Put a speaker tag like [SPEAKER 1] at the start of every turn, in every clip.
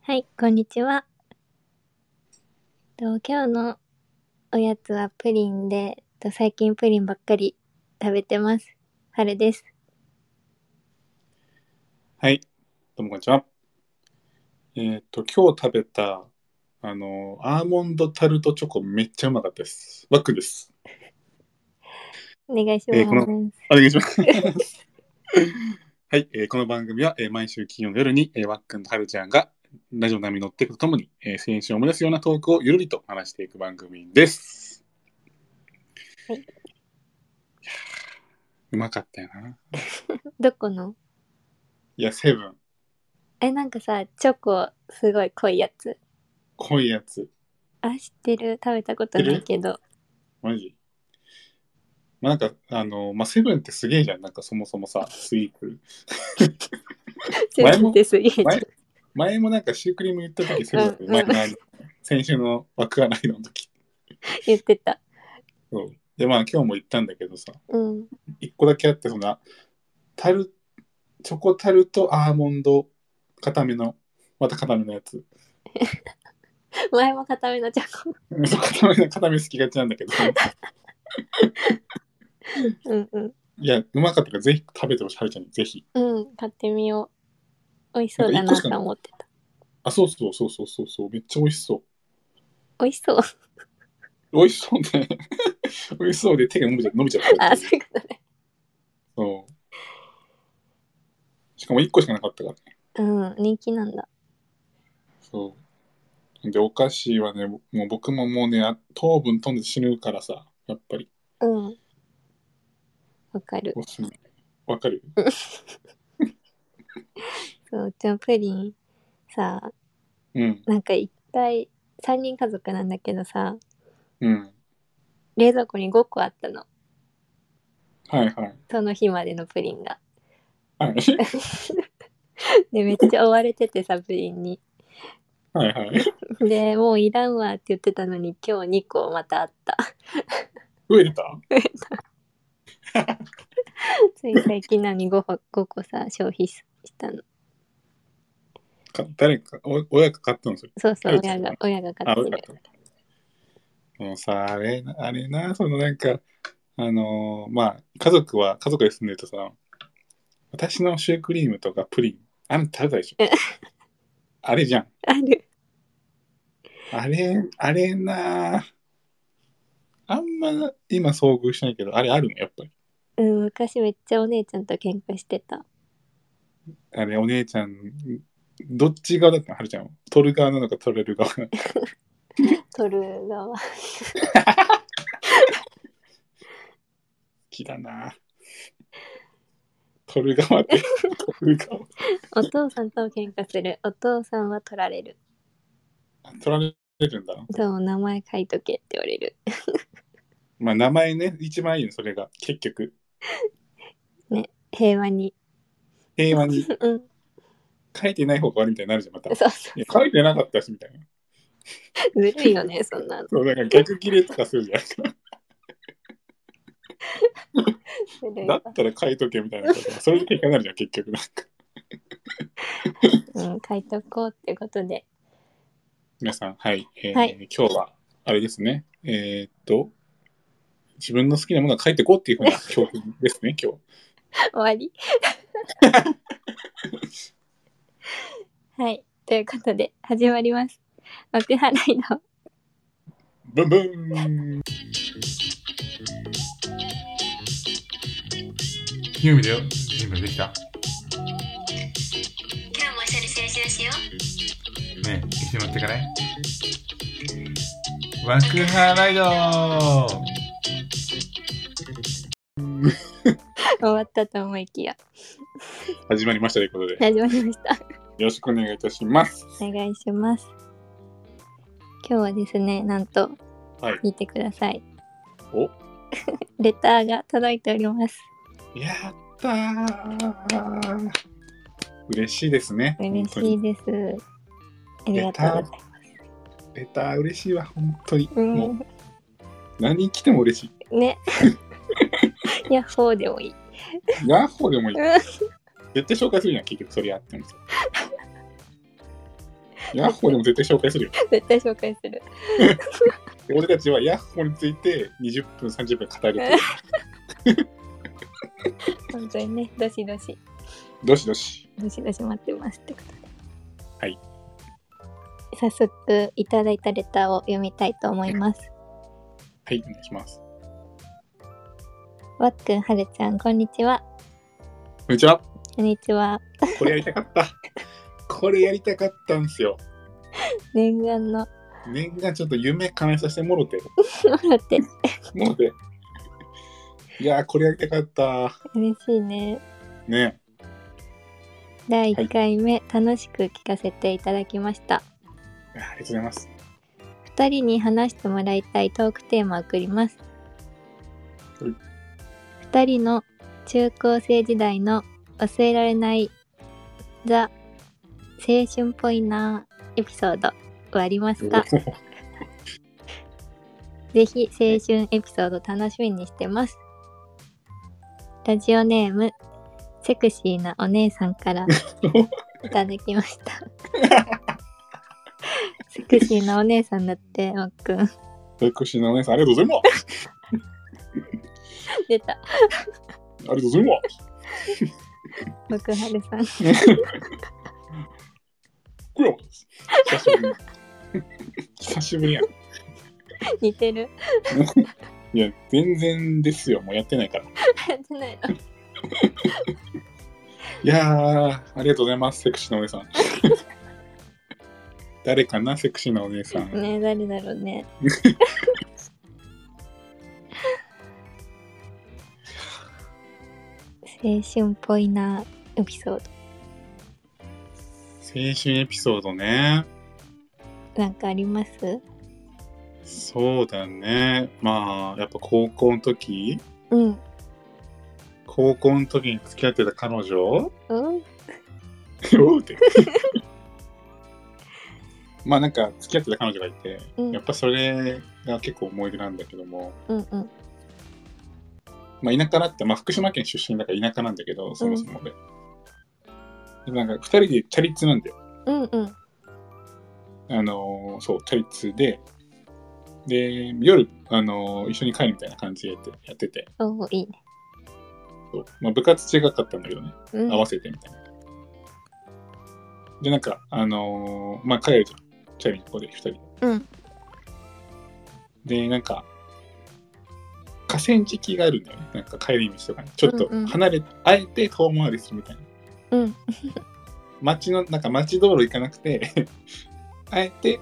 [SPEAKER 1] はい、こんにちは。と今日のおやつはプリンで、と最近プリンばっかり食べてます。春です。
[SPEAKER 2] はい、どうもこんにちは。えっ、と、今日食べた、あの、アーモンドタルトチョコめっちゃうまかったです。バックです。
[SPEAKER 1] お願いし
[SPEAKER 2] えーこ
[SPEAKER 1] ます。
[SPEAKER 2] お願いします。はい、えーこの番組は、えー毎週金曜の夜に、えーワックンとハルちゃんがラジオ並みに乗っていくとともに、えー青春を思い出すようなトークをゆるりと話していく番組です。
[SPEAKER 1] はい
[SPEAKER 2] やーうまかったよな。
[SPEAKER 1] どこの
[SPEAKER 2] いや、セブン、
[SPEAKER 1] え、なんかさ、チョコすごい濃いやつ。
[SPEAKER 2] 濃いやつ。
[SPEAKER 1] あ、知ってる食べたことないけど。
[SPEAKER 2] マジまあなんか、あの、まあ、セブンってすげえじゃん。なんかそもそもさ、スイーツ。
[SPEAKER 1] セ
[SPEAKER 2] 前
[SPEAKER 1] ブン
[SPEAKER 2] も
[SPEAKER 1] ってすげえじゃん
[SPEAKER 2] 前前もなんかシュークリーム言った時、セブンってうまくないの。先週の枠がないの時。
[SPEAKER 1] 言ってた。
[SPEAKER 2] そう。で、まあ今日も言ったんだけどさ、
[SPEAKER 1] うん。
[SPEAKER 2] 一個だけあって、そんな、タル、チョコタルトアーモンド、固めの、また固めのやつ。
[SPEAKER 1] 前も固めのチョコ。
[SPEAKER 2] そう固めの、固め好きがちなんだけど。
[SPEAKER 1] うんうん。
[SPEAKER 2] いや、うまかったから、ぜひ食べてほしい、はるちゃんに、ぜひ。
[SPEAKER 1] うん、買ってみよう。美味しそうだなと思ってた。
[SPEAKER 2] あ、そうそうそうそうそうそう、めっちゃ美味しそう。
[SPEAKER 1] 美味しそう。
[SPEAKER 2] 美味しそうね。 美味しそうで手が伸びちゃ伸びちゃった。
[SPEAKER 1] あ、そういうことね。
[SPEAKER 2] そう。しかも1個しかなかったからね。
[SPEAKER 1] うん、人気なんだ。
[SPEAKER 2] そう。で、お菓子はね、もう僕ももうね、あ糖分飛んで死ぬからさ、やっぱり、
[SPEAKER 1] うん。わかる。
[SPEAKER 2] おすすめ。わかる
[SPEAKER 1] そう、うちのプリン、さ、
[SPEAKER 2] うん。
[SPEAKER 1] なんか一回、三人家族なんだけどさ、
[SPEAKER 2] うん。
[SPEAKER 1] 冷蔵庫に5個あったの。
[SPEAKER 2] はいはい。
[SPEAKER 1] その日までのプリンが。
[SPEAKER 2] はい
[SPEAKER 1] で、めっちゃ追われててさ、プリンに。
[SPEAKER 2] はいはい。
[SPEAKER 1] で、もういらんわって言ってたのに、今日2個またあった。
[SPEAKER 2] 増えてた
[SPEAKER 1] つい最近なのに 5, 個5個さ、消費ししたの。
[SPEAKER 2] か誰か、お親が買ったのそれ。
[SPEAKER 1] そうそ
[SPEAKER 2] え
[SPEAKER 1] う、
[SPEAKER 2] え
[SPEAKER 1] 親が、親が買
[SPEAKER 2] あ、
[SPEAKER 1] って
[SPEAKER 2] 親が
[SPEAKER 1] る。
[SPEAKER 2] 買った。もうさ、あれ、あれな、そのなんか、あのーまあ、家族は、家族で住んでるとさ、私のシュークリームとかプリン、あんた食べたでしょ
[SPEAKER 1] え。
[SPEAKER 2] あれじゃん。
[SPEAKER 1] ある。
[SPEAKER 2] あれ、あれなあんま今遭遇しないけど、あれあるのやっぱり。
[SPEAKER 1] うん、昔めっちゃお姉ちゃんと喧嘩してた。
[SPEAKER 2] あれ、お姉ちゃん、どっち側だったのはるちゃんは。取る側なのか取れる側なのか。
[SPEAKER 1] 取る側。
[SPEAKER 2] 好きだな取る側って、取る側。
[SPEAKER 1] お父さんと喧嘩する。お父さんは取られる。
[SPEAKER 2] 取られるんだな。
[SPEAKER 1] そう、名前書いとけって言われる。
[SPEAKER 2] まあ名前ね、一番いいの、それが。結局、
[SPEAKER 1] 平和に。
[SPEAKER 2] 平和に
[SPEAKER 1] うん。
[SPEAKER 2] 書いてない方が悪いみたいになるじゃん、また。い
[SPEAKER 1] そうそう
[SPEAKER 2] や、。書いてなかったし、みたいな。
[SPEAKER 1] ずるいよ ね、そんなの。
[SPEAKER 2] そう、だから逆切れとかする じゃん。
[SPEAKER 1] ずるい
[SPEAKER 2] だ
[SPEAKER 1] わ。
[SPEAKER 2] ったら書いとけみたいなことそれで結果になるじゃん、結局。なんか
[SPEAKER 1] うん、書いとこうってことで。
[SPEAKER 2] 皆さん、はい、えー
[SPEAKER 1] はい
[SPEAKER 2] 今日は、あれですね、えーっと、自分の好きなものは書いてこうっ ていうふうな教訓ですね、今日。
[SPEAKER 1] 終わ りはい。ということで、始まります。お手払いの
[SPEAKER 2] ブンブンユーミだよ、準備できた。
[SPEAKER 3] 今日も一緒に青春しよう
[SPEAKER 2] ねえ、一緒に乗ってかね。ワクハライド
[SPEAKER 1] 終わったと思いきや、
[SPEAKER 2] 始まりましたということで、よ
[SPEAKER 1] 始まりました。
[SPEAKER 2] ろしくお願いいたします。
[SPEAKER 1] お願いします。今日はですね、なんと、
[SPEAKER 2] はい
[SPEAKER 1] 見てください。
[SPEAKER 2] お
[SPEAKER 1] レターが届いております。
[SPEAKER 2] やったー嬉しいですね。
[SPEAKER 1] 嬉
[SPEAKER 2] 本当
[SPEAKER 1] し
[SPEAKER 2] に
[SPEAKER 1] いです。ありがとうございます。
[SPEAKER 2] レター嬉しいわ、本当に。
[SPEAKER 1] う、
[SPEAKER 2] もうん何来ても嬉し
[SPEAKER 1] ね。ヤッホーでもいい。
[SPEAKER 2] い。ヤッホーでもいい。
[SPEAKER 1] うん
[SPEAKER 2] 絶対紹介するじゃん、結局それやってもさ。ヤッホーでも絶対紹介するよ。
[SPEAKER 1] 絶対紹介する。
[SPEAKER 2] で俺たちはヤッホーについて20分、30分語ると いう。
[SPEAKER 1] 本当にね、どしどし、
[SPEAKER 2] どしどし。
[SPEAKER 1] どしどし待ってますってことで。
[SPEAKER 2] はい。
[SPEAKER 1] 早速、いただいたレターを読みたいと思います。
[SPEAKER 2] はい、お願いします。
[SPEAKER 1] わっくん、はるちゃん、こんにちは。
[SPEAKER 2] こんにちは。
[SPEAKER 1] こんにちは。
[SPEAKER 2] これやりたかった。これやりたかったんですよ。
[SPEAKER 1] 念願の、
[SPEAKER 2] 念願ちょっと夢叶えさせてもろて。
[SPEAKER 1] もらって、
[SPEAKER 2] もろて。いやー、これやりたかった。
[SPEAKER 1] 嬉しいね。
[SPEAKER 2] ね。
[SPEAKER 1] 第1回目、楽しく聞かせていただきました。
[SPEAKER 2] ありがとうございます。
[SPEAKER 1] 2人に話してもらいたいトークテーマを送ります、
[SPEAKER 2] はい
[SPEAKER 1] 2人の中高生時代の忘れられないザ青春っぽいなエピソードはありますか
[SPEAKER 2] おー
[SPEAKER 1] ぜひ青春エピソード楽しみにしてますラジオネームセクシーなお姉さんからいただきましたセクシーなお姉さんだってまっくん
[SPEAKER 2] 保育士のお姉さん、ありがとうございま
[SPEAKER 1] 出た
[SPEAKER 2] す。ありがとうございます。
[SPEAKER 1] 僕はるさん
[SPEAKER 2] これは久しぶりに。久しぶりやん。
[SPEAKER 1] 似てる
[SPEAKER 2] いや、全然ですよ。もうやってないから。い
[SPEAKER 1] やってないの
[SPEAKER 2] やー、ありがとうございます、セクシーなお姉 さん。誰かな、セクシーなお姉さん。
[SPEAKER 1] ねえ誰だろうね青春っぽいなエピソー
[SPEAKER 2] 青春エピソードね。
[SPEAKER 1] ドなんかあります
[SPEAKER 2] そうだね。まあ、やっぱ高校の時、
[SPEAKER 1] うん
[SPEAKER 2] 高校の時に付き合ってた彼女
[SPEAKER 1] うん
[SPEAKER 2] おうって。まあなんか付き合ってた彼女がいて、
[SPEAKER 1] うん
[SPEAKER 2] やっぱそれが結構思い出なんだけども、
[SPEAKER 1] うんうん
[SPEAKER 2] まあ田舎だって、まあ福島県出身だから田舎なんだけど、そもそもで。でもなんか二人でチャリ通なんだよ。
[SPEAKER 1] うんうん
[SPEAKER 2] あのーそう、チャリ通で、で、夜、あのー一緒に帰るみたいな感じでやってやってて、
[SPEAKER 1] おーいいね
[SPEAKER 2] そうまあ部活違かったんだけどね。
[SPEAKER 1] うん
[SPEAKER 2] 合わせてみたいな。で、なんか、あのーまあ、帰るじゃん。チャリの子で2人で。
[SPEAKER 1] うん
[SPEAKER 2] で、なんか、河川敷があるんだよね。なんか帰り道とかに。ちょっと
[SPEAKER 1] うんうん
[SPEAKER 2] 離れ、あえて遠回りするみたいな。
[SPEAKER 1] うん
[SPEAKER 2] 街の、なんか街道路行かなくて、 あえて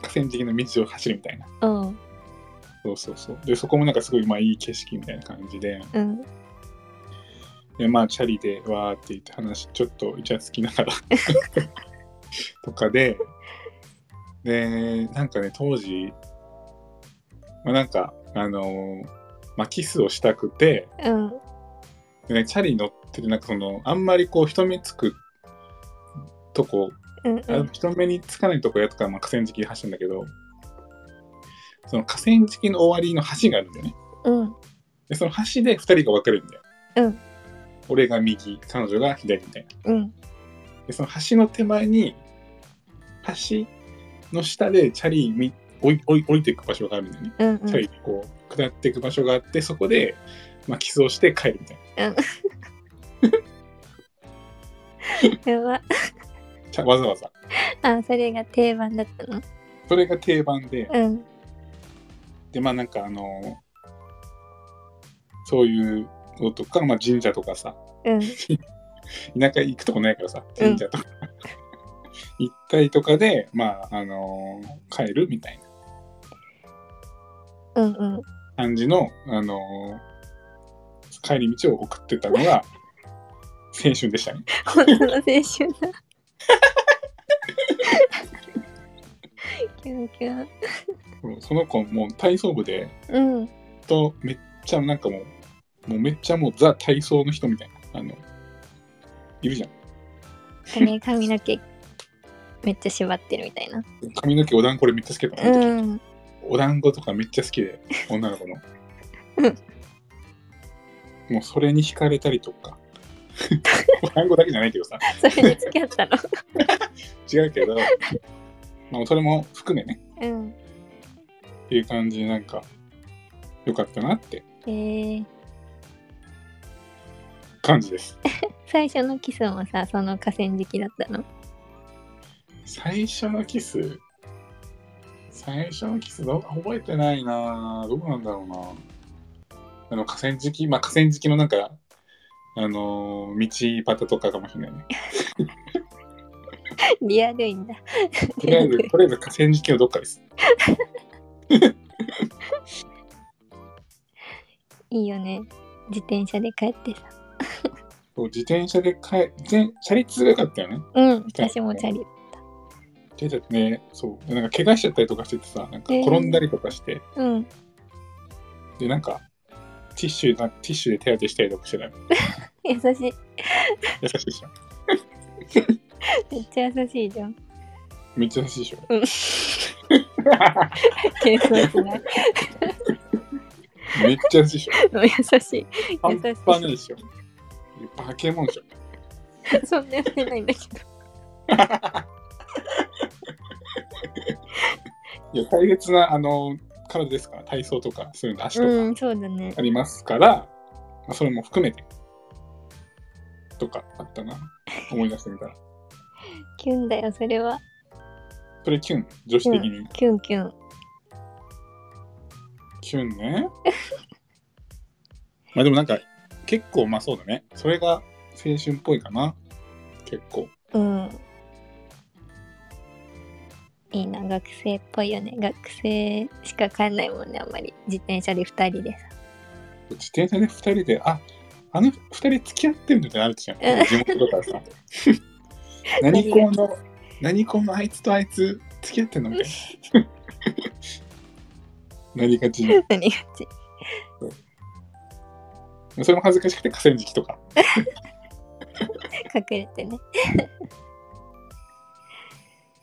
[SPEAKER 2] 河川敷の道を走るみたいな。
[SPEAKER 1] おう
[SPEAKER 2] そうそうそう。で、そこもなんかすごい、まあ、いい景色みたいな感じで。
[SPEAKER 1] うん
[SPEAKER 2] でまあチャリでわーって言って話ちょっとイチャつきな がらとかででなんかね当時まあなんかあのーまあキスをしたくて
[SPEAKER 1] うん
[SPEAKER 2] で、ね、チャリ乗っててなんかそのあんまりこう人目つくとこ、
[SPEAKER 1] うん
[SPEAKER 2] あ
[SPEAKER 1] うん
[SPEAKER 2] 人目につかないとこやとから、まあ、河川敷で走るんだけどその河川敷の終わりの橋があるんだよね
[SPEAKER 1] うん
[SPEAKER 2] でその橋で2人が分かれるんだよ。
[SPEAKER 1] うん
[SPEAKER 2] 俺が右、彼女が左みたいな。
[SPEAKER 1] うん
[SPEAKER 2] で、その橋の手前に、橋の下でチャリみ降り降り降りていく場所があるんだよね。
[SPEAKER 1] うん
[SPEAKER 2] チャリこう、下っていく場所があって、そこで、まあ、キスをして帰るみたい
[SPEAKER 1] やば
[SPEAKER 2] なちゃ。わざわざ。
[SPEAKER 1] あそれが定番だったの
[SPEAKER 2] それが定番で、
[SPEAKER 1] うん
[SPEAKER 2] で、まあなんかあのそういうのとか、まあ神社とかさ、
[SPEAKER 1] うん
[SPEAKER 2] 田舎行くとこないからさ、神社とか、 行ったりとかで、まあ、あのー帰るみたいな
[SPEAKER 1] うんうん
[SPEAKER 2] 感じの、あのー帰り道を送ってたのが、青春でしたね。
[SPEAKER 1] 本当の青春だ。キュンキュン。
[SPEAKER 2] もうその子、もう体操部で、
[SPEAKER 1] うん。
[SPEAKER 2] と、めっちゃなんかもう、もうめっちゃもうザ体操の人みたいな、あの、いるじゃん。
[SPEAKER 1] でね、髪の毛めっちゃ縛ってるみたいな。
[SPEAKER 2] 髪の毛お団子俺めっちゃ好きだったの、あの
[SPEAKER 1] う
[SPEAKER 2] 時
[SPEAKER 1] ん。
[SPEAKER 2] お団子とかめっちゃ好きで、女の子の
[SPEAKER 1] うん。
[SPEAKER 2] もうそれに惹かれ たりとか。お団子だけじゃないけどさ、
[SPEAKER 1] それに付き合ったの。
[SPEAKER 2] 違うけど、まあ、それも含めね、
[SPEAKER 1] うん。
[SPEAKER 2] っていう感じで、なんか、よかったなって
[SPEAKER 1] えー、
[SPEAKER 2] 感じです。
[SPEAKER 1] 最初のキスもさ、その河川敷だったの。
[SPEAKER 2] 最初のキス、最初のキスどう、覚えてないなどうなんだろうなあの、河川敷、まあ、河川敷のなんか、あのー道端とかかもしれないね。
[SPEAKER 1] リアルいんだ。
[SPEAKER 2] とりあえず、とりあえず河川敷のどっかです。
[SPEAKER 1] いいよね。自転車で帰ってさ。
[SPEAKER 2] そう自転車で帰、自転車リ強かったよね。
[SPEAKER 1] うん、私もチャリ。
[SPEAKER 2] でだってね、そう、でなんか怪我しちゃったりとかしててさ、なんか転んだりとかして、
[SPEAKER 1] うん。
[SPEAKER 2] で、なんか、ティッシュな、ティッシュで手当てしたりとかしてたの
[SPEAKER 1] 優しい。
[SPEAKER 2] 優しいでしょ。
[SPEAKER 1] めっちゃ優しいじ ゃん。
[SPEAKER 2] めっちゃ優しいでしょ。
[SPEAKER 1] うん。軽装しない。
[SPEAKER 2] めっちゃ優しいでしょ。
[SPEAKER 1] 優しい。
[SPEAKER 2] パンパンないでしょ。バケモンでしょ。
[SPEAKER 1] そんなやってないんだけ
[SPEAKER 2] いや、大切な、あの、体ですから、体操とか、そういうの足と
[SPEAKER 1] ど。
[SPEAKER 2] か
[SPEAKER 1] うん、そうだね。
[SPEAKER 2] ありますから、まあ、それも含めて、とかあったな。思い出してみたら。
[SPEAKER 1] キュンだよ、それは。
[SPEAKER 2] それキュン、女子的に。
[SPEAKER 1] キュンキュン。
[SPEAKER 2] キュンね。 まあでもなんか、結構まあそうだね。それが青春っぽいかな。結構。
[SPEAKER 1] うん。いいな、学生っぽいよね。学生しか帰んないもんね、あんまり。自転車で2人でさ。
[SPEAKER 2] 自転車で2人で、ああの2人付き合ってるのってあるじゃん。
[SPEAKER 1] うん
[SPEAKER 2] 地元とからさ。 何校の、何校のあいつとあいつ付き合ってんのみたい な。なりがちに。
[SPEAKER 1] 何がち。
[SPEAKER 2] それも恥ずかしくて河川敷とか。
[SPEAKER 1] 隠れてね。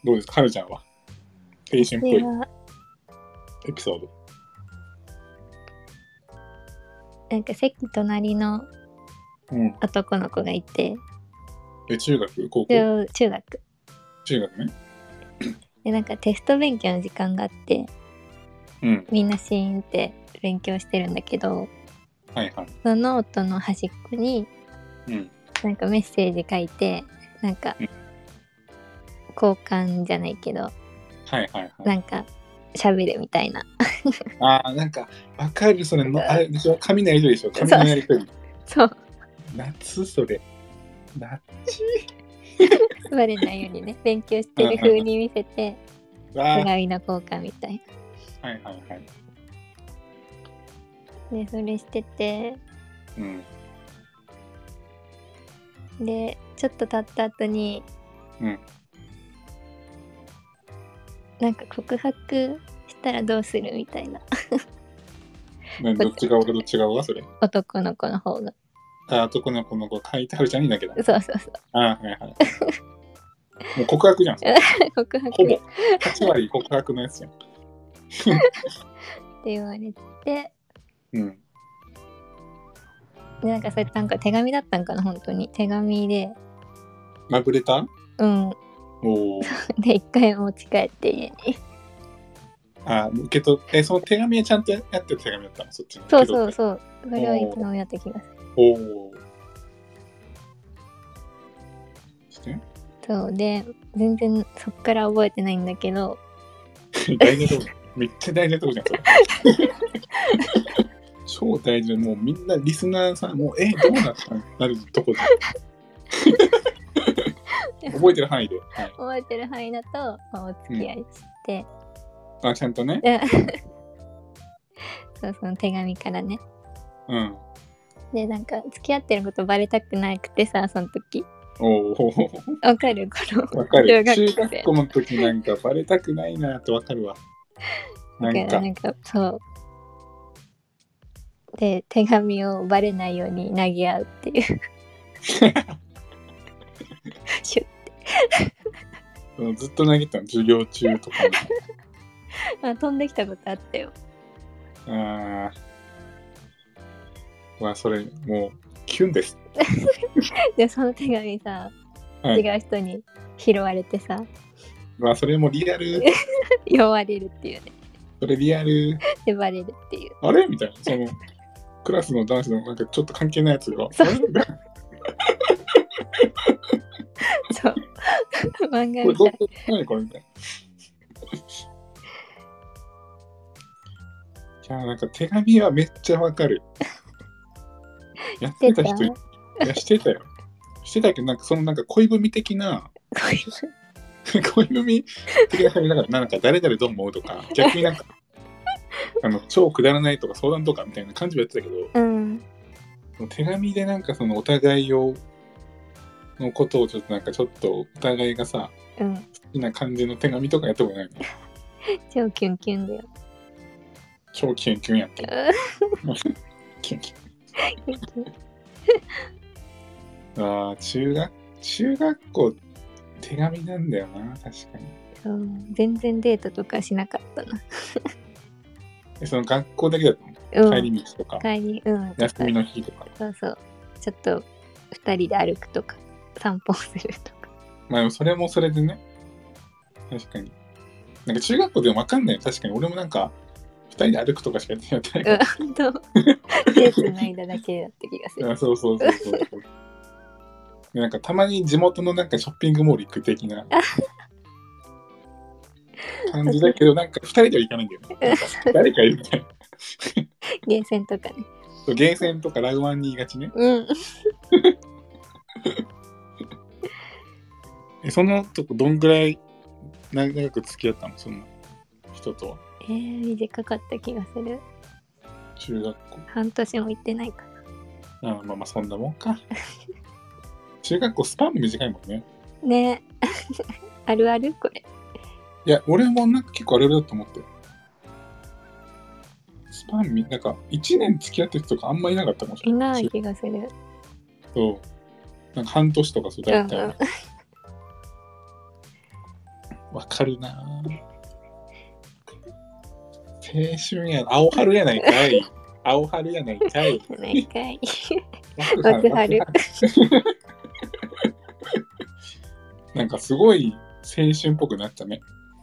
[SPEAKER 2] どうですか、はるちゃんは。青春っぽ
[SPEAKER 1] いや
[SPEAKER 2] いエピソード。
[SPEAKER 1] なんか席隣の
[SPEAKER 2] うん。
[SPEAKER 1] 男の子がいて、
[SPEAKER 2] え、中学、高校、
[SPEAKER 1] 中中学。
[SPEAKER 2] 中学ね。
[SPEAKER 1] で、なんかテスト勉強の時間があって、
[SPEAKER 2] うん。
[SPEAKER 1] みんなシーンって勉強してるんだけど、
[SPEAKER 2] はいはい。
[SPEAKER 1] そのノートの端っこに
[SPEAKER 2] うん。
[SPEAKER 1] なんかメッセージ書いてなんか
[SPEAKER 2] うん
[SPEAKER 1] 交換じゃないけど
[SPEAKER 2] はいはいはい。
[SPEAKER 1] なんか喋るみたい な
[SPEAKER 2] ああ、なんか、わかる、それの、あれでしょ、紙のやりとりでしょ、
[SPEAKER 1] そう
[SPEAKER 2] 紙のやりとり。
[SPEAKER 1] そう
[SPEAKER 2] 夏、それ。夏
[SPEAKER 1] バレないように ね勉強してる風に見せて
[SPEAKER 2] は、
[SPEAKER 1] 手
[SPEAKER 2] はい
[SPEAKER 1] 紙の交換みたい
[SPEAKER 2] はいはい。
[SPEAKER 1] なでそれしてて
[SPEAKER 2] うん。
[SPEAKER 1] でちょっと経った後に、
[SPEAKER 2] うん
[SPEAKER 1] なんか告白したらどうするみたいな
[SPEAKER 2] などっち側がどっち側がそれ。
[SPEAKER 1] 男の子の方が
[SPEAKER 2] ああ、男の子の子書いてあるじゃん、いいんだけど。
[SPEAKER 1] そうそうそ
[SPEAKER 2] ああ、はいはい。もう告白じゃん、それ
[SPEAKER 1] う告白
[SPEAKER 2] ほぼ
[SPEAKER 1] っ。
[SPEAKER 2] 8割告白のやつじゃん。
[SPEAKER 1] て言われて
[SPEAKER 2] うん。
[SPEAKER 1] でなんかそれなんか手紙だったんかな本当に手紙で
[SPEAKER 2] ラブレター
[SPEAKER 1] うん
[SPEAKER 2] おお。
[SPEAKER 1] で一回持ち帰って家に
[SPEAKER 2] ああ、受け取って、えその手紙はちゃんとやってる手紙だったの、そっちの。
[SPEAKER 1] そうそう
[SPEAKER 2] 受け取って。
[SPEAKER 1] そうそれはいつもやった気がする
[SPEAKER 2] おお。して
[SPEAKER 1] そうで全然そっから覚えてないんだけど
[SPEAKER 2] 大事なとこじゃんめっちゃ大事なとこじゃんそれ超大事なもうみんなリスナーさんもうえどうなったのなるとこじゃん 覚えてる範囲で、はい、
[SPEAKER 1] 覚えてる範囲だと、まあ、お付き合いして、
[SPEAKER 2] あちゃんとね
[SPEAKER 1] でそうその手紙からね
[SPEAKER 2] うん
[SPEAKER 1] でなんか付き合ってることバレたくなくてさその時
[SPEAKER 2] おお
[SPEAKER 1] わかるこの
[SPEAKER 2] わかる中
[SPEAKER 1] 中学
[SPEAKER 2] 学
[SPEAKER 1] 生
[SPEAKER 2] 校の時なんかバレたくないなってわかるわな
[SPEAKER 1] だ
[SPEAKER 2] ん
[SPEAKER 1] から
[SPEAKER 2] か
[SPEAKER 1] なんかそうで手紙をバレないように投げ合うっていう シュッ
[SPEAKER 2] うんずっと投げてたの授業中とかも
[SPEAKER 1] あ飛んできたことあったよ
[SPEAKER 2] あーうわそれもうキュンです
[SPEAKER 1] でその手紙さ、
[SPEAKER 2] はい
[SPEAKER 1] 違う人に拾われてさ
[SPEAKER 2] まあ、それもリアル。
[SPEAKER 1] 呼ばれるっていうね
[SPEAKER 2] それリアル。
[SPEAKER 1] 呼ばれるっていう
[SPEAKER 2] あれみたいな。その、クラスの男子のなんかちょっと関係ないやつが。
[SPEAKER 1] そう
[SPEAKER 2] あ れ
[SPEAKER 1] そう 漫画
[SPEAKER 2] これ
[SPEAKER 1] み
[SPEAKER 2] ど
[SPEAKER 1] た
[SPEAKER 2] う
[SPEAKER 1] い
[SPEAKER 2] 何これみたいな。いやなんか手紙はめっちゃわか る。やってた人いいやしてたよ。してたけど、なんかそのなんか恋文的な、 恋文的な感じだから、なんか誰々どう思うとか、逆になんか、あの超くだらないとか相談とかみたいな感じはやってたけど、
[SPEAKER 1] うん
[SPEAKER 2] その手紙でなんかそのお互いを、のことをちょっとなんかちょっとお互いがさ、
[SPEAKER 1] うん
[SPEAKER 2] 好きな感じの手紙とかやったことないの
[SPEAKER 1] 超キュンキュンだよ
[SPEAKER 2] 超キュンキュンやって。 キュン
[SPEAKER 1] キュ
[SPEAKER 2] キ
[SPEAKER 1] ンキュン
[SPEAKER 2] ュン。ああ、中学、中学校、手紙なんだよな、確かに。
[SPEAKER 1] うん全然デートとかしなかったな
[SPEAKER 2] えその学校だけだと
[SPEAKER 1] う
[SPEAKER 2] 帰
[SPEAKER 1] ん
[SPEAKER 2] り道とか、
[SPEAKER 1] 帰りうん
[SPEAKER 2] 休みの日とか。
[SPEAKER 1] そうそうちょっと2人で歩くとか散歩をするとか
[SPEAKER 2] まあでもそれもそれでね。確かに。なんか中学校でもわかんないよ。確かに俺もなんか、二人で歩くとかしかやってないから。
[SPEAKER 1] うん と手つないだだけだった気がする
[SPEAKER 2] あそうそうそうそうそう。でなんかたまに地元のなんかショッピングモール行く的な感じだけど、なんか2人では行かないんだよね。なんか誰かいるみたいな。
[SPEAKER 1] ゲーセンとかね
[SPEAKER 2] そうゲーセンとかラグマンに言いがちね。
[SPEAKER 1] うん
[SPEAKER 2] えそのとこどんぐらい長く付き合ったのその人とは。
[SPEAKER 1] えー、短かった気がする
[SPEAKER 2] 中学校。
[SPEAKER 1] 半年も行ってないか
[SPEAKER 2] あまあまあそんなもんか。中学校スパンも短いもんね。
[SPEAKER 1] なね えあるあるこれ
[SPEAKER 2] いや、俺もなんか結構あれだと思って。スパンみ、なんか1年付き合ってる人とかあんまいなかったかもし
[SPEAKER 1] い
[SPEAKER 2] れない。
[SPEAKER 1] ない気がする
[SPEAKER 2] そう。なんか半年とかそう、だいたい。
[SPEAKER 1] うん
[SPEAKER 2] わ、かるなぁ。青春や、青春やないかい。青春やないかい。
[SPEAKER 1] ないか い
[SPEAKER 2] わくはる
[SPEAKER 1] わ
[SPEAKER 2] なんかすごい青春っぽくなったね。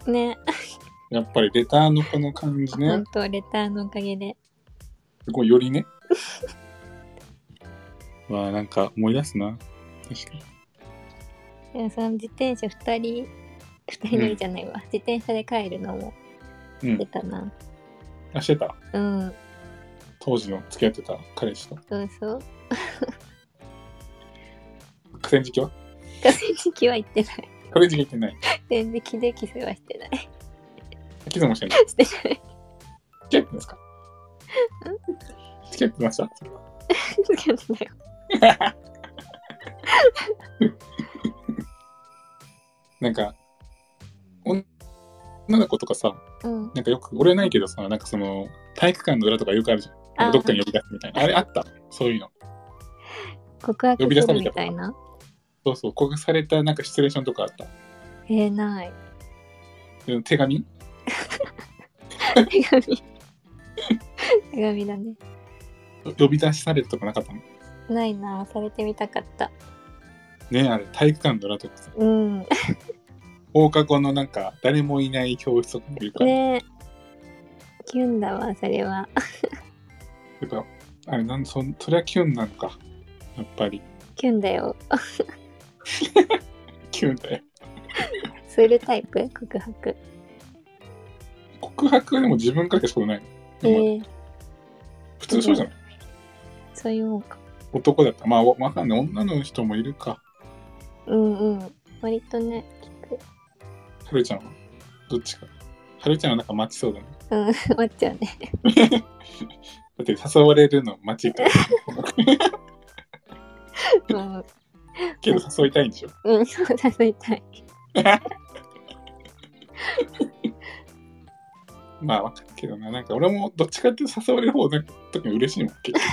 [SPEAKER 1] ね
[SPEAKER 2] やっぱりレターのこの感じ
[SPEAKER 1] 本
[SPEAKER 2] ね。
[SPEAKER 1] 当レターのおかげです
[SPEAKER 2] ごいよりね。 わあ、なんか思い出すな。確かに。
[SPEAKER 1] いやその自転車2人2人乗りじゃないわ、自転車で帰るのも
[SPEAKER 2] うん
[SPEAKER 1] 出。たな
[SPEAKER 2] あ、してた。
[SPEAKER 1] うん
[SPEAKER 2] 当時の付き合ってた彼氏と。
[SPEAKER 1] そうそう
[SPEAKER 2] 河川敷は
[SPEAKER 1] 河川敷は行ってない
[SPEAKER 2] 河川敷行ってない。
[SPEAKER 1] 全然キでキスはしてない
[SPEAKER 2] キスもしてない。
[SPEAKER 1] してない
[SPEAKER 2] 付き合ってますか付き合ってました
[SPEAKER 1] 付き合ってない
[SPEAKER 2] なんか、女の子とかさ、
[SPEAKER 1] うん
[SPEAKER 2] なんかよく、俺ないけどさ、なんかその、体育館の裏とかよくあるじゃん。なんかどっかに呼び出すみたいな。あれあったそういうの。
[SPEAKER 1] 告白
[SPEAKER 2] 呼び出
[SPEAKER 1] す
[SPEAKER 2] さ
[SPEAKER 1] る
[SPEAKER 2] れた
[SPEAKER 1] みたいな
[SPEAKER 2] そうそう、告白されたなんかシチュエーションとかあった。
[SPEAKER 1] えー、ない
[SPEAKER 2] で手紙
[SPEAKER 1] 手紙手紙だね
[SPEAKER 2] 呼び出しされたとかなかったの
[SPEAKER 1] ないなされてみたかった
[SPEAKER 2] ねあれ、体育館の裏とかさ、
[SPEAKER 1] うん
[SPEAKER 2] 放課後のなんか、誰もいない教室とかいうか、
[SPEAKER 1] ねえキュンだわそれは
[SPEAKER 2] やっぱ、あれなんそ、それはキュンなのか。やっぱり、
[SPEAKER 1] キュンだよ
[SPEAKER 2] キュンだよ。
[SPEAKER 1] するタイプ告白
[SPEAKER 2] 告白はでも自分からしかことない
[SPEAKER 1] え
[SPEAKER 2] の。でも
[SPEAKER 1] ー、
[SPEAKER 2] 普通そうじゃない
[SPEAKER 1] そういうもんか
[SPEAKER 2] 男だったらまあわわかんない女の人もいるか
[SPEAKER 1] うんうん割とね
[SPEAKER 2] はるちゃんはどっちかはるちゃんはなんか待ちそうだね
[SPEAKER 1] うん待っちゃう ね
[SPEAKER 2] だって誘われるの待ち から
[SPEAKER 1] うん
[SPEAKER 2] けど誘いたいんでしょ
[SPEAKER 1] うん誘いたい
[SPEAKER 2] まあわかるけどななんか俺もどっちかっていうと誘われる方の時に嬉しいもん結構、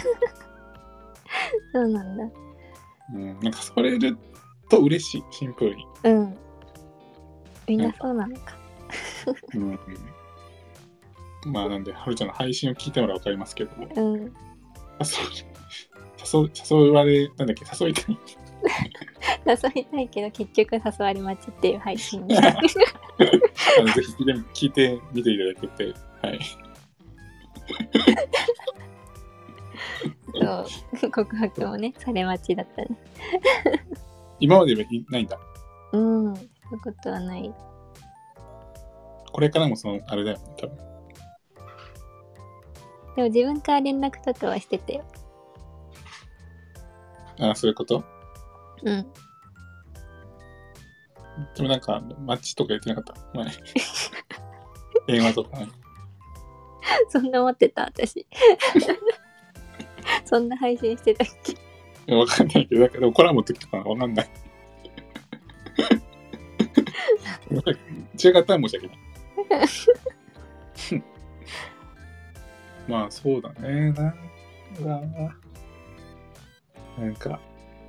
[SPEAKER 1] そうなんだ
[SPEAKER 2] うん、なんか誘われると嬉しいシンプルに、
[SPEAKER 1] うんみんなそうなのか
[SPEAKER 2] うん、まあなんではるちゃんの配信を聞いてもらわかりますけども
[SPEAKER 1] うん
[SPEAKER 2] 誘う誘う誘われなんだっけ誘いたい
[SPEAKER 1] 誘いたいけど結局誘われ待ちっていう配信で
[SPEAKER 2] あのぜひ聞いて聞いてみていただけて、はい。
[SPEAKER 1] そう告白もねされ待ちだったね
[SPEAKER 2] 今まではいないんだ。
[SPEAKER 1] うんそういうことはない
[SPEAKER 2] これからもその、あれだよね、多分。
[SPEAKER 1] でも自分から連絡とかはしてて
[SPEAKER 2] ああ、そういうこと
[SPEAKER 1] うん
[SPEAKER 2] でもなんか、マッチとか言ってなかった。前電話とか、
[SPEAKER 1] そんな思ってた私そんな配信してたっけ
[SPEAKER 2] いやわかんないけど、だけどコラボの時とかわかんない。違かったら申し訳ない。まあそうだね。なんか、なんか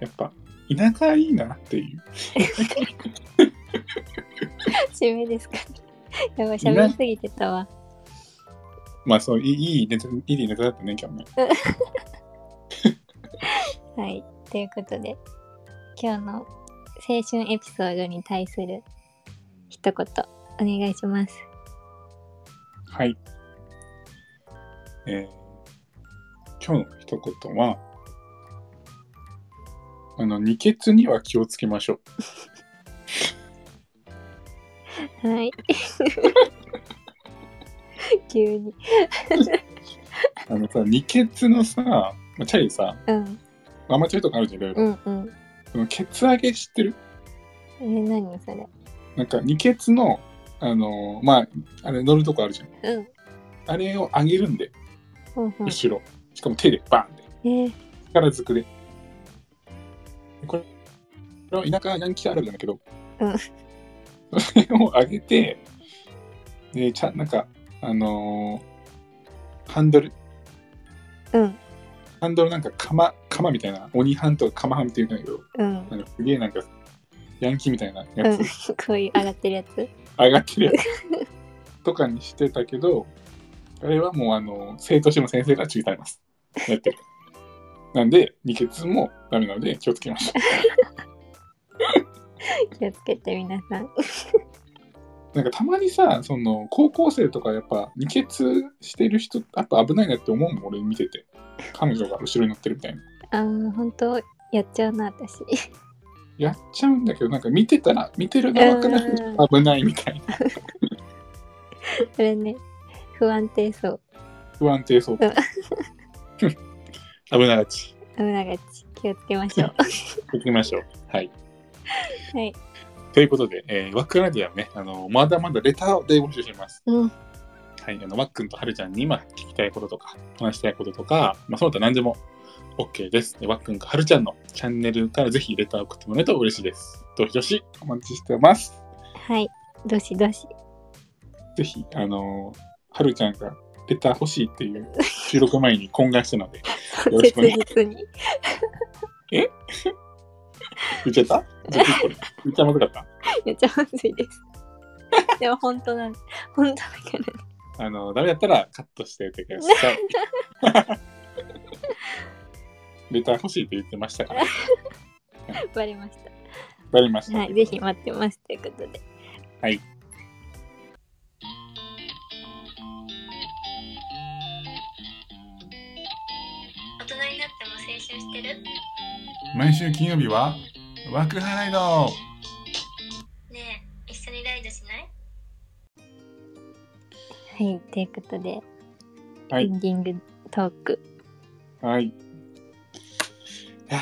[SPEAKER 2] やっぱ田舎いいなっていう。
[SPEAKER 1] 締めですか やばい喋りすぎてたわ
[SPEAKER 2] まあそういいいいネタ、いいネタだったね、今日もね。
[SPEAKER 1] はいということで今日の青春エピソードに対する一言お願いします
[SPEAKER 2] はい。えー今日の一言は、あの、二血には気をつけましょう。
[SPEAKER 1] はい 急に
[SPEAKER 2] あのさ、二血のさ、まあ、チャリさ、
[SPEAKER 1] うん
[SPEAKER 2] アマチュアとかあるじゃん、いろいろ。
[SPEAKER 1] うんうん
[SPEAKER 2] そのケツ上げ知ってる
[SPEAKER 1] え何それ
[SPEAKER 2] なんか、二ケツの、あのーまあ、あれ乗るとこあるじゃん。
[SPEAKER 1] うん
[SPEAKER 2] あれを上げるんで、
[SPEAKER 1] ほうほう
[SPEAKER 2] 後ろ。しかも手でバーンで。
[SPEAKER 1] えー
[SPEAKER 2] 力ずくで。でこれ、これは田舎ヤンキーあるあるなんだけど、
[SPEAKER 1] うん
[SPEAKER 2] それを上げて、で、ちゃん、なんか、あのーハンドル、
[SPEAKER 1] うん
[SPEAKER 2] ハンドルなんか釜、釜みたいな、鬼ハンとか釜ハンっていうんだけど、
[SPEAKER 1] うん
[SPEAKER 2] なんかすげえなんか、ヤンキーみたいな
[SPEAKER 1] う
[SPEAKER 2] や
[SPEAKER 1] ん
[SPEAKER 2] つ、
[SPEAKER 1] こういう上がってるやつ
[SPEAKER 2] 上がってるやつ とかにしてたけど、あれはもうあの生徒しても先生が注意されます。やってる。なんで、二血もダメなので気をつけましょ
[SPEAKER 1] 気をつけて皆さん
[SPEAKER 2] う。なんかたまにさ、その高校生とかやっぱ二血してる人、やっぱ危ないなって思うもん、俺見てて。彼女が後ろに乗ってるみたいな。
[SPEAKER 1] あー本当やっちゃうな私
[SPEAKER 2] やっちゃうんだけど、なんか見てたら、見てる側から
[SPEAKER 1] うん
[SPEAKER 2] 危ないみたいな。
[SPEAKER 1] それね不安定そう
[SPEAKER 2] 不安 定そう。危ながち。
[SPEAKER 1] 危ながち気をつけましょう
[SPEAKER 2] 行きましょう。はい。
[SPEAKER 1] はい
[SPEAKER 2] ということで、えー、ワックンラディアはね、あのまだまだレターで募集してます。
[SPEAKER 1] うん
[SPEAKER 2] はい、あのワックンとハルちゃんに今聞きたいこととか、話したいこととか、まあ、その他何でも OK です。でワックンかハルちゃんのチャンネルからぜひレター送ってもらえると嬉しいです。どしどしお待ちしてます。
[SPEAKER 1] はいどしどし
[SPEAKER 2] ぜひ、あのー、ハルちゃんがレター欲しいっていう収録前に懇願したので、ろし
[SPEAKER 1] 切
[SPEAKER 2] くお願い
[SPEAKER 1] 実に
[SPEAKER 2] 言っちゃった言っちゃったこれ言っちゃまずかった
[SPEAKER 1] めっちゃまずいです。 でも本当なん本当だからね。
[SPEAKER 2] あの、ダメだったらカットしておいてください。レター欲しいと言ってましたから、わ
[SPEAKER 1] バレまし。
[SPEAKER 2] かりましたた。
[SPEAKER 1] はい、ぜひ待ってますということで。
[SPEAKER 2] はい。
[SPEAKER 3] 大人になっても青春してる
[SPEAKER 2] 毎週金曜日は、ワークハライド
[SPEAKER 3] ねえ一緒にライドしない
[SPEAKER 1] はい、ということで、
[SPEAKER 2] はい
[SPEAKER 1] エンディングトーク。
[SPEAKER 2] はい。いや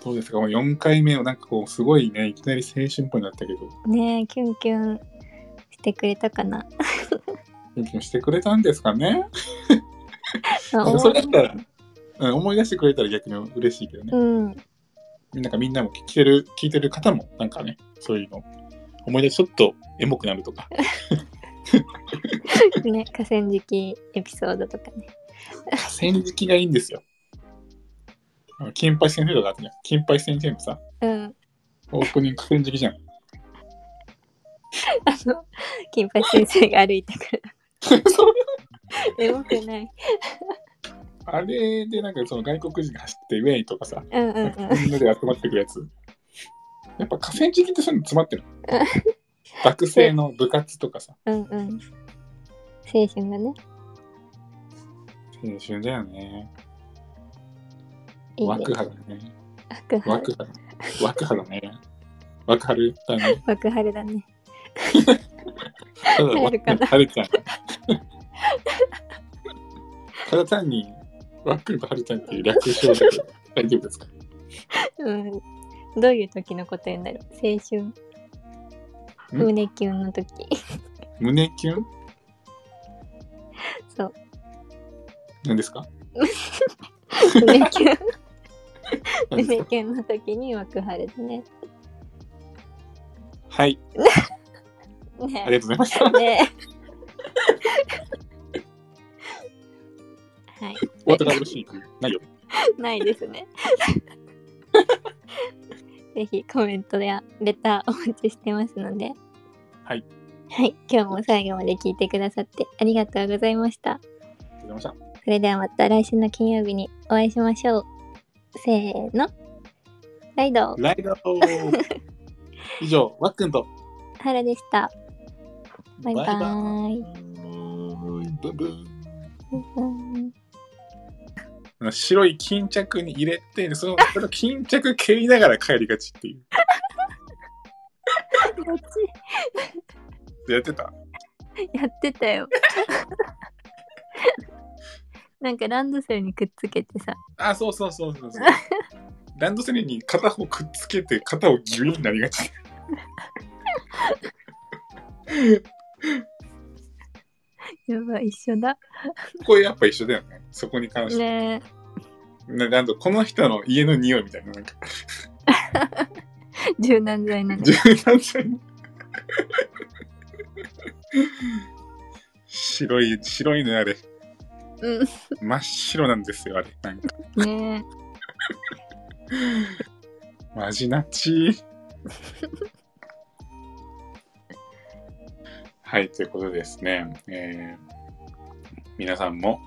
[SPEAKER 2] ーどうですかもう4回目をなんかこう、すごいね、いきなり青春っぽいなったけど、
[SPEAKER 1] ねえ、キュンキュンしてくれたかな。
[SPEAKER 2] キュンキュンしてくれたんですかね
[SPEAKER 1] まあ
[SPEAKER 2] なんかそれだったら、うん、思い出してくれたら逆に嬉しいけどね。
[SPEAKER 1] うん、
[SPEAKER 2] なんかみんなも聞いてる、聞いてる方も、なんかね、そういうの、思い出ちょっとエモくなるとか、
[SPEAKER 1] ね、河川敷エピソードとかね。
[SPEAKER 2] 線引きがいいんですよ。あの金八先生とかあってね、金八先生のさ、
[SPEAKER 1] うん、
[SPEAKER 2] オープニング線引きじゃん。
[SPEAKER 1] あの、金八先生が歩いてくる。エモくない。
[SPEAKER 2] あれでなんかその外国人が走ってウェイとかさ、
[SPEAKER 1] うんうんうん。
[SPEAKER 2] みんなで集まってくるやつ。やっぱ河川敷ってそういうの詰まってる。 学生の部活とかさ、
[SPEAKER 1] うんうん。青春がね。
[SPEAKER 2] 青春だよね。
[SPEAKER 1] いいね。
[SPEAKER 2] 枠派だね。
[SPEAKER 1] 枠春。
[SPEAKER 2] 枠派だ。枠派だね。枠春だね。
[SPEAKER 1] 枠春だね。
[SPEAKER 2] ただ
[SPEAKER 1] 入るかな
[SPEAKER 2] 枠春ちゃん。ただ単に、枠と春ちゃんっていう略称だけど、大丈夫ですか
[SPEAKER 1] うん。どういう時のことになる青春。胸キュンの時。
[SPEAKER 2] 胸キュン
[SPEAKER 1] そう。
[SPEAKER 2] 何ですか
[SPEAKER 1] 胸キュン。
[SPEAKER 2] 何で
[SPEAKER 1] 胸
[SPEAKER 2] すか
[SPEAKER 1] キュンの時に枠春だね。
[SPEAKER 2] はい、あり
[SPEAKER 1] ね
[SPEAKER 2] がとうございました。終
[SPEAKER 1] ねはい。
[SPEAKER 2] わったがよろしいないよ。
[SPEAKER 1] ないです ね。ぜひコメントやレターお待ちしてますので。
[SPEAKER 2] はい。
[SPEAKER 1] はい。今日も最後まで聞いてくださってありがとうございました。
[SPEAKER 2] ありがとうございまし
[SPEAKER 1] それではまた来週の金曜日にお会いしましょう。せーの。ライド
[SPEAKER 2] た。、ライド以上、ワックンと。
[SPEAKER 1] ハラでした。バイバーイ。
[SPEAKER 2] バイバイ
[SPEAKER 1] バイバイ
[SPEAKER 2] 白い巾着に入れて、そのそれを巾着蹴りながら帰りがちっていう。やってた
[SPEAKER 1] やってたよ。 なんかランドセルにくっつけてさ、
[SPEAKER 2] あ、そうそうそうそうそう。ランドセルに片方くっつけて、片をギュイになりがち。
[SPEAKER 1] やばい、一緒だ。
[SPEAKER 2] これやっぱ一緒だよね。そこに関して。
[SPEAKER 1] ね
[SPEAKER 2] ななんとこの人の家の匂いみたいな、なんか、
[SPEAKER 1] え、柔軟剤なの。
[SPEAKER 2] 柔軟剤の。 白い、白いのあれ。
[SPEAKER 1] うん
[SPEAKER 2] 真っ白なんですよ、あれ。なんか、
[SPEAKER 1] ね
[SPEAKER 2] マジナッチ。 はい、ということでですね、えー皆さんも、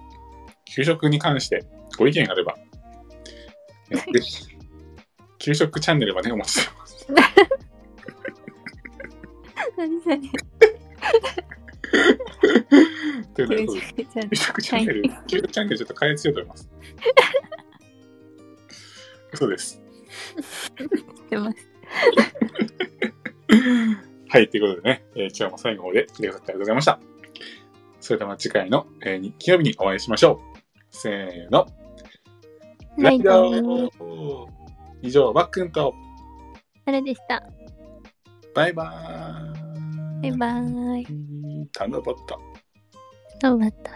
[SPEAKER 2] 給食に関してご意見あれば、えーぜひ、給食チャンネルまでお待ちしてます。
[SPEAKER 1] え。何それ。
[SPEAKER 2] ということで
[SPEAKER 1] 給
[SPEAKER 2] そうです
[SPEAKER 1] 食ちゃん
[SPEAKER 2] 給食チャンネル、給食チャンネルちょっと開発しようと思います。そうで
[SPEAKER 1] し
[SPEAKER 2] す。
[SPEAKER 1] てます。
[SPEAKER 2] はい、ということでね、えー今日も最後まで来てくださってありがとうございました。それでは次回の、えー日曜日にお会いしましょう。せーの。
[SPEAKER 1] はい、どうも。
[SPEAKER 2] ド以上、バックンと、
[SPEAKER 1] あれでした。
[SPEAKER 2] バイバ
[SPEAKER 1] バ
[SPEAKER 2] ー
[SPEAKER 1] イ
[SPEAKER 2] イ。
[SPEAKER 1] バーイ。
[SPEAKER 2] イ。頼った。
[SPEAKER 1] どうだった